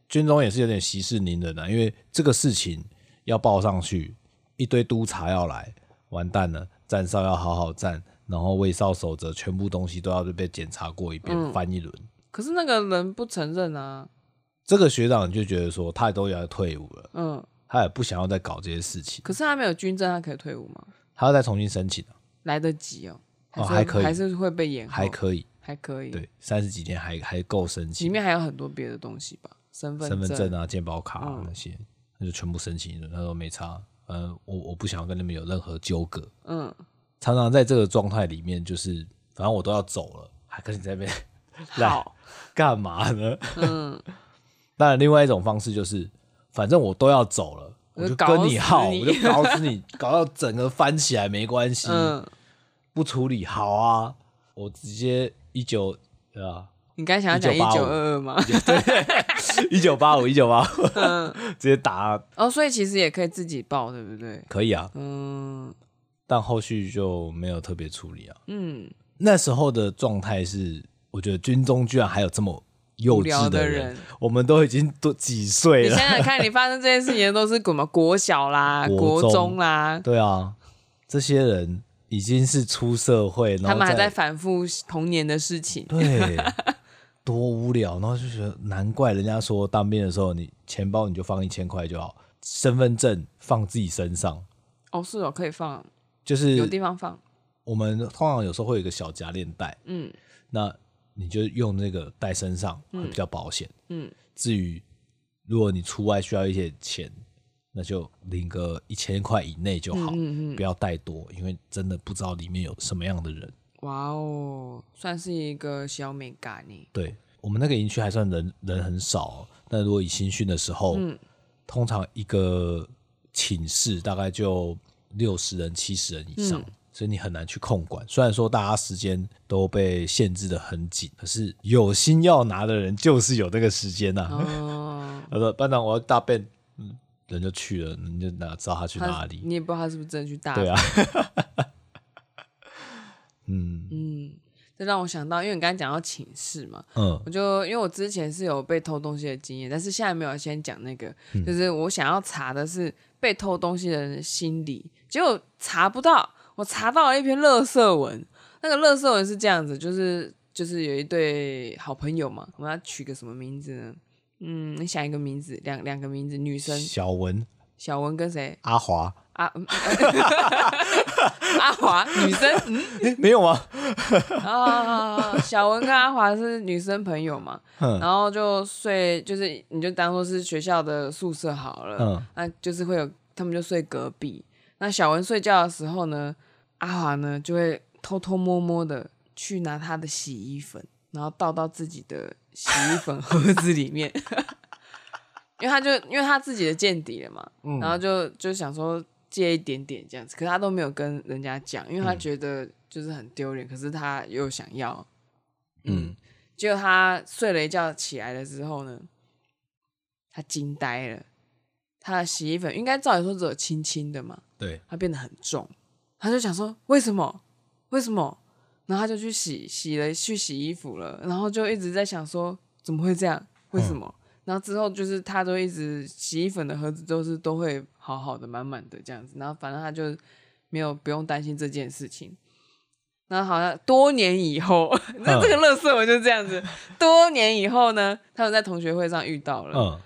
军中也是有点息事宁人啊，因为这个事情要报上去，一堆督察要来，完蛋了，站哨要好好站，然后卫哨守则全部东西都要被检查过一遍，
嗯
翻一轮。
可是那个人不承认啊，
这个学长就觉得说，他都要退伍了，
嗯，
他也不想要再搞这些事情，
可是他没有军证，他可以退伍吗？
他要再重新申请啊
来得及哦，
哦
是
还可以
还是会被延后，
还可以，
还可以，
对，三十几天还还够申
里
请，
面还有很多别的东西吧，身份
身份证
证
啊、健保卡、啊
嗯
那些，那就全部申请一轮，他说没差，呃，我我不想要跟你们有任何纠葛，
嗯，
常常在这个状态里面，就是反正我都要走了，还跟你在那边 *laughs*
好，
干嘛呢？
嗯，
*laughs* 当然，另外一种方式就是，反正我都要走了，我
我
就
就搞
跟你
死
耗，
你
我就搞死你， *laughs* 搞到整个翻起来没关系，
嗯，
不处理好啊，我直接一九啊对吧？
你刚才想要讲一
1985
九二二吗？
*laughs* 一九八五一九八五，
嗯
*laughs* 直接打啊
哦，所以其实也可以自己报，对不对？
可以啊，
嗯
但后续就没有特别处理啊。
嗯，
那时候的状态是，我觉得军中居然还有这么幼
无聊
稚
的
人，
人
我们都已经都几
你
岁了
想，想看，你发生这件事情的都是什么国小
*laughs*
啦、
国
国
中
中啦，
对啊，这些人已经是出社会，然后
他们还
在
在反复童年的事情。
*laughs* 对，多无聊。然后就觉得难怪人家说当兵的时候，你钱包你就放一千块就好，身份证放自己身上，
哦，是哦，可以放，
就
有
是
地方放。
我们通常有时候会有一个小夹链袋，
嗯
那你就用那个带身上会比较保险。
嗯
至于如果你出外需要一些钱，那就领个一千块以内就好，
嗯嗯嗯，
不要带多，因为真的不知道里面有什么样的人。
哇哦，算是一个小美欸咖呢。
对我们那个营区还算人人很少哦、但如果以新训的时候，
嗯
通常一个寝室大概就六十人、七十人以
嗯
上。所以你很难去控管，虽然说大家时间都被限制的很紧，可是有心要拿的人就是有那个时间啊呃呐、 *laughs*
哦，
他说：“班长，我要大便。”嗯，人就去了，你就哪知道他去哪
他
里？啊
嗯
*laughs*
你也不知道他是不是真的去大。
对啊，
嗯。这让我想到，因为你刚才讲到寝室嘛，
嗯
我就因为我之前是有被偷东西的经验，但是现在没有先讲那个，
嗯
就是我想要查的是被偷东西的人的心理，结果查不到，我查到了一篇乐色文，那个乐色文是这样子，就是就是有一对好朋友嘛，我们要取个什么名字呢？嗯，你想一个名字，两两个名字，女生
小文、
小文跟谁？
阿华，
啊，嗯 *laughs* 阿华，女生，嗯
诶没有吗？
啊，小文跟阿华是女生朋友嘛，
嗯
然后就睡，就是你就当做是学校的宿舍好了，
嗯，
那就是会有他们就睡隔壁。那小文睡觉的时候呢，阿华呢就会偷偷摸摸的去拿他的洗衣粉，然后倒到自己的洗衣粉盒子里面， *laughs* 因为他就因为他自己的见底了嘛，
嗯
然后就就想说借一点点这样子，可是他都没有跟人家讲，因为他觉得就是很丢脸，可是他又想要，
嗯，
结果他睡了一觉起来了之后呢，他惊呆了，他的洗衣粉应该照理说只有轻轻的嘛，
对，
他变得很重，他就想说为什么？为什么？然后他就去洗洗了，去洗衣服了，然后就一直在想说怎么会这样？为什么？然后之后就是他都一直洗衣粉的盒子都是都会好好的满满的这样子，然后反正他就没有不用担心这件事情。然后好像多年以后， *laughs* 那这个乐色我就这样子。多年以后呢，他们在同学会上遇到了，
嗯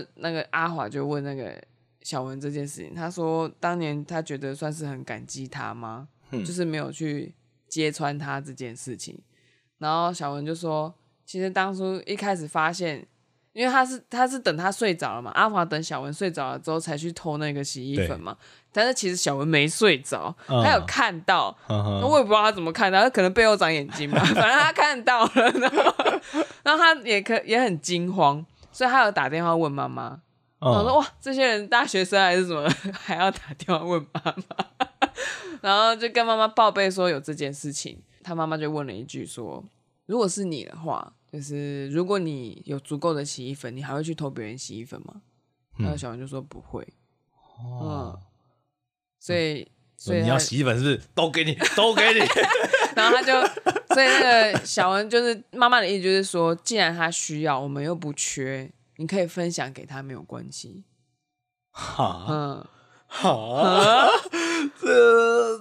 呃，那个阿华就问那个小文这件事情，他说当年他觉得算是很感激他吗？
嗯
就是没有去揭穿他这件事情。然后小文就说，其实当初一开始发现，因为他是他是等他睡着了嘛，阿华等小文睡着了之后才去偷那个洗衣
对
粉嘛，但是其实小文没睡着，
嗯
他有看到，
呵
那
呵，
我也不知道他怎么看到，他可能背后长眼睛
*laughs*
吧，反正他看到了，然后然后他也可也很惊慌，所以他有打电话问妈妈。
嗯
我说哇，这些人大学生还是什么， *laughs* 还要打电话问妈妈，然后就跟妈妈报备说有这件事情，他妈妈就问了一句说，如果是你的话，就是如果你有足够的洗衣粉，你还会去偷别人洗衣粉吗？
嗯
然后小文就说不会，嗯，所以。所以
哦嗯你
他
要洗衣粉是不是？都
*laughs*
给你，都给你。
然后他就，所以那个小文就是妈妈的意思就是说，既然他需要，我们又不缺，你可以分享给他没有关系。
哈
嗯，
哈， *laughs* 这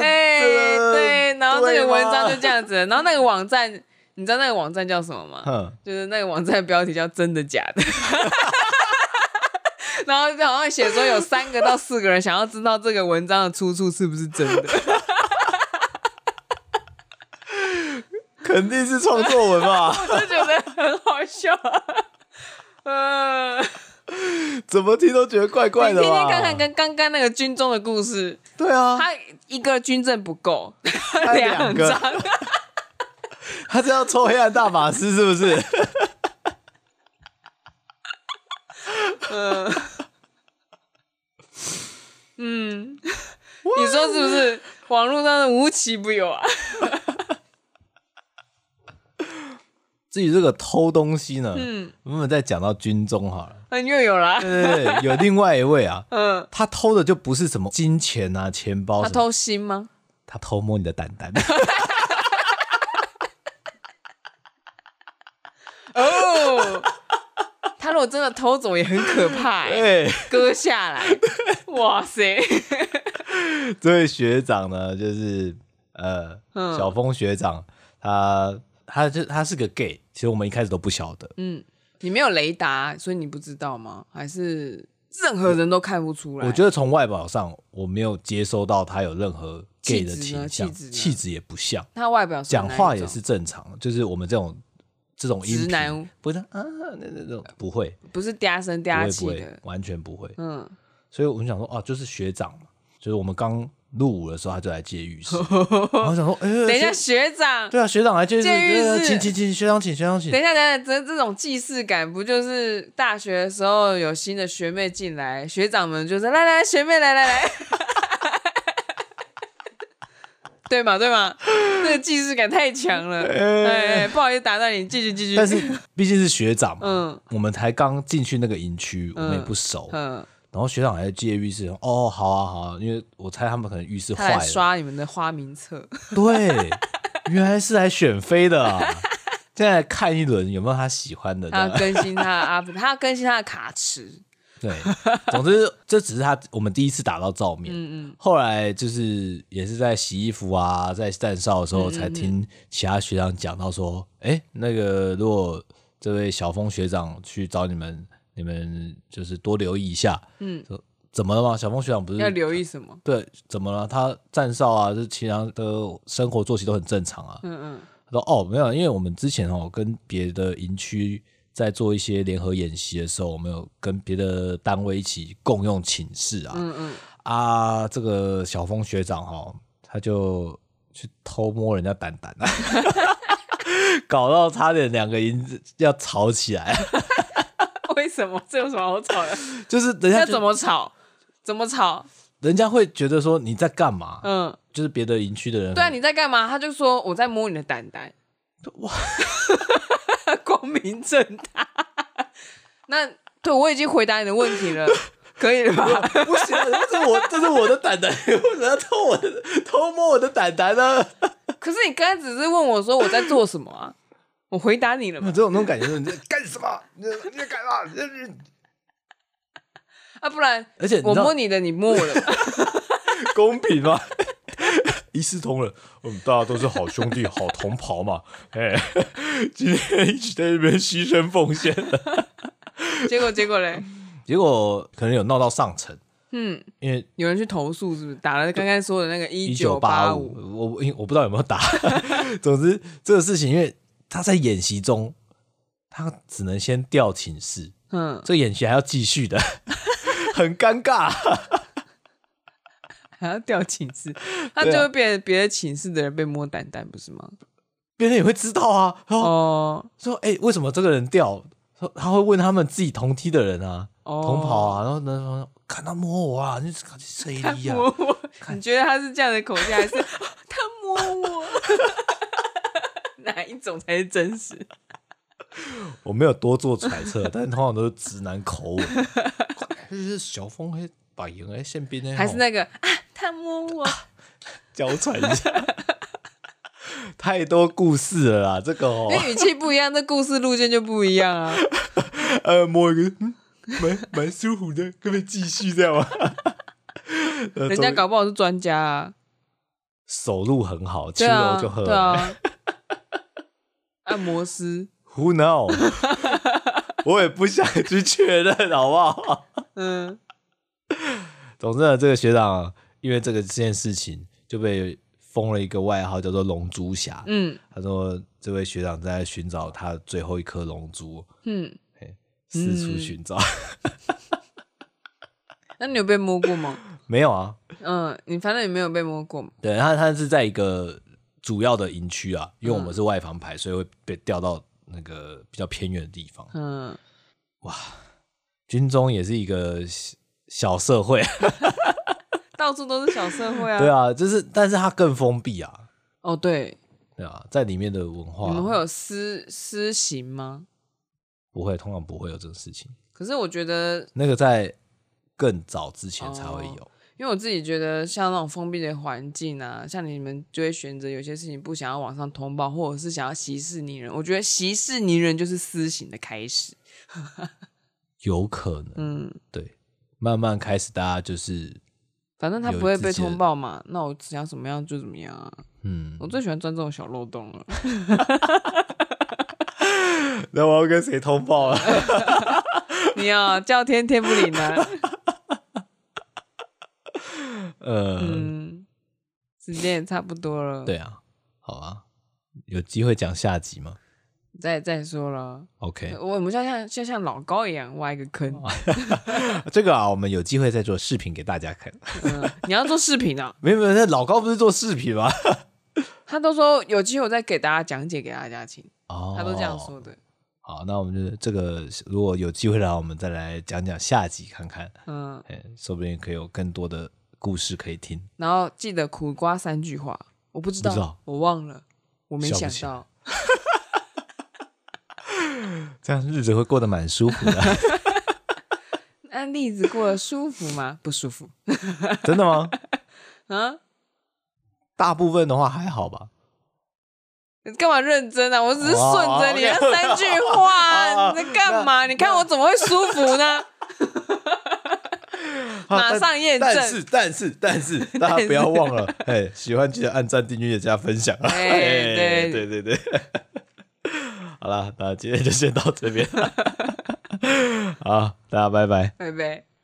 哎、
哎
对，然后那个文章就这
样，
样子，然后那个网站，你知道那个网站叫什么吗？ *laughs*
哼
就是那个网站的标题叫“真的假的”。 *laughs* 然后好像写说有三个到四个人想要知道这个文章的出处是不是真的， *laughs*
肯定是创作文吧？
我就觉得很好笑。 *laughs* 嗯、
怎么听都觉得怪怪
你
的
听
吧？
听看看跟刚刚那个军中的故事，
对啊，
他一个军证不够，
他
两
两个 *laughs*
张，
他这样抽黑暗大法师是不
*laughs*
是？
嗯嗯，你说是不是？网络上的无奇不有啊！
至于这个偷东西呢，
嗯，
我们再讲到军中好了。
嗯，又有啦。
对对对，有另外一位啊，
嗯，
他偷的就不是什么金钱啊、钱包
他
什么，
偷心吗？
他偷摸你的蛋
*laughs*
蛋。
哦， *laughs* 他如果真的偷走也很可怕、欸，
哎，
割下
*laughs*
来，哇塞！
这位学长呢，就是呃，
嗯
小峰学长，他他就他是个 gay，其实我们一开始都不晓得，
嗯，你没有雷达，所以你不知道吗？还是任何人都看不出来？
我觉得从外表上我没有接收到他有任何 gay 的
气质呢
倾向
气质，呢
气质也不像，
他外表是
讲
哪一
话也
种
是正常，就是我们这种这种音
直
频
男
不是啊，那那那种不会
不是嗲声
不
嗲
会
气
不
的
会，，完全不会。
嗯，
所以我们想说，哦、就是学长嘛，就是我们刚入伍的时候，他就来借浴
*laughs*
室。然后想说，哎、
等一下
学
学
*laughs*
长，
对啊，学长来借浴室，
借浴室
对啊请请请，学长请，学长请
等。一下等一下，这这种既视感不就是大学的时候有新的学妹进来，学长们就是来来学妹来来来， *laughs* 对嘛对嘛，这个既视感太强了，哎哎，不好意思打断你，继续继
*laughs*
续，
但是毕竟是学长嘛，
嗯
我们才刚进去那个营区，我们也不熟。
嗯，
然后学长来借浴室，哦，好啊好啊，因为我猜他们可能浴室
他
坏
来
了，
刷你们的花名册，
对。原来是来选妃的
*laughs*
啊！现在看一轮有没有他喜欢的。
他
对啊
要
吧
更新他的 up，他要更新他的卡池。
对，总之这只是他我们第一次打到照面，
嗯嗯，
后来就是也是在洗衣服啊，在站哨的时
嗯
候才听其他学长讲到说，哎、那个如果这位小峰学长去找你们，你们就是多留意一下。
嗯
说，怎么了吗？小峰学长不
要
是
留意什么？
对怎么了？他站哨啊，就是其他的生活作息都很正常啊。
嗯
他说哦，没有，因为我们之前哦跟别的营区在做一些联合演习的时候，我们有跟别的单位一起共用寝室啊。
嗯
*laughs*
嗯
啊，这个小峰学长哈，他就去偷摸人家蛋蛋啊， *laughs* 搞到差点两个银子要吵起来， *laughs*
嗯，为什么？这有什么好吵的？
就是人家
要
就
怎么吵？怎么吵？
人家会觉得说你在干嘛，
嗯，
就是别的营区的人，
对啊，你在干嘛？他就说我在摸你的蛋蛋。哇， *laughs* 光明正大。那对我已经回答你的问题
*laughs*
了，可以了吧？
不行啊，这是我这是我的蛋蛋，你为什么要偷我的偷摸我的蛋蛋呢？
可是你刚才只是问我说我在做什么啊？我回答你了
有
嘛？
这种那种感觉，就是你在干什么？你在你在干嘛？你在
啊，不然
而且你知
我
道
摸你的，你摸我的。
*laughs* 公平吗？ *laughs* 一视同仁，我们大家都是好兄弟、好同袍 *laughs* 嘛。哎，今天一起在这边牺牲奉献，
结果结果嘞，
*laughs* 结果可能有闹到上层，
嗯，
因为
有人去投诉是不是？打了刚刚说的那个一
一
九
九
八
八
五，
五，我我因为我不知道有没有打。 *laughs* 总之，这个事情，因为他在演习中，他只能先调寝室，
嗯，
这演习还要继续的， *laughs* 很尴尬。 *laughs*
还要调寝室，那就
对啊
会变成别的寝室的人被摸蛋蛋，不是吗？
别人也会知道啊，然后
哦
说：“哎、为什么这个人调？”说他会问他们自己同梯的人啊。
哦，
同袍啊，然后那时候看他摸我啊，你看谁
他
力啊
摸？ *laughs* 我，你觉得他是这样的口气， *laughs* 还是哦他摸我？ *laughs* 哪一种才是真实？
我没有多做揣测， *laughs* 但是通常都是直男口吻， *laughs* 就是小峰黑把赢哎，宪兵哎，
还是那个啊，他摸我，
娇喘一下， *laughs* 太多故事了啦，这个哦
因，为语气不一样，这故事路线就不一样 *laughs* 啊。
*laughs* 呃，摸一个，嗯，蛮蛮舒服的，可不可以继续这样 *laughs* 吗？呃
人家
终于
搞不好是专家啊，
手路很好，吃
对啊
了就，喝，
对啊，按摩师，
，Who know？我也不想去确认，好不好？
嗯，
总之呢，这个学长因为这个这件事情就被封了一个外号，叫做“龙珠侠”。
嗯
他说，这位学长在寻找他最后一颗龙珠，
嗯，
四处寻找。
那你有被摸过吗？
*laughs* 没有啊，
嗯，你反正你没有被摸过嘛。
对他，他是在一个主要的营区啊，因为我们是外防排，所以会被调到那个比较偏远的地方。
嗯，
军中也是一个小社会，
到处都是小社会啊。
对。啊，就是，但是他更封闭啊，
哦，对，
对啊，在里面的文化，
你们会有私私刑吗？
不会，通常不会有这个事情。
可是我觉得，
那个在更早之前才会有。
因为我自己觉得，像那种封闭的环境啊，像你们就会选择有些事情不想要往上通报，或者是想要息事宁人。我觉得息事宁人就是私刑的开始。
有可能，
嗯，
对，慢慢开始大家就是，
反正他
有
不会
自
被
己的
通报嘛，那我想怎么样就怎么样啊。
嗯，
我最喜欢钻这种小漏洞了。 *laughs*
那我要跟谁通报啊
*laughs*
了？
你啊，叫天天不灵啊。
*laughs* 呃，
嗯，时间也差不多了，
对啊，好啊，有机会讲下集吗
再再说了，
？OK，
我我们就像就像老高一样挖一个坑，
哦这个啊，我们有机会再做视频给大家看。
嗯，你要做视频啊，
没有没有，那老高不是做视频吗？
他都说有机会我再给大家讲解给大家听，
哦，
他都这样说。的，
好，那我们就是这个，如果有机会的话，我们再来讲讲下集看看，
嗯，
哎，说不定可以有更多的故事可以听。
然后记得苦瓜三句话，我不知道，
不知道
我忘了，我没
想不
想
起来
到，
这样日子会过得蛮舒服的，
*laughs* 那栗子过得舒服
*laughs*
吗？不舒服
真的吗？
啊，
大部分的话还好吧。
你干嘛认真啊？我只是顺着你那
哦，OK
三句话，
*laughs*
啊
哦哦
你在干嘛？你看我怎么会舒服呢？ *laughs* 马上验证
但是但是但
*laughs*
是，大家不要忘了，哎，喜欢记得按赞、订阅、加分享啊！
哎
哎
对
对对 *laughs* 对，
*laughs*
好了，那今天就先到这边了，好，大家拜拜。
拜拜。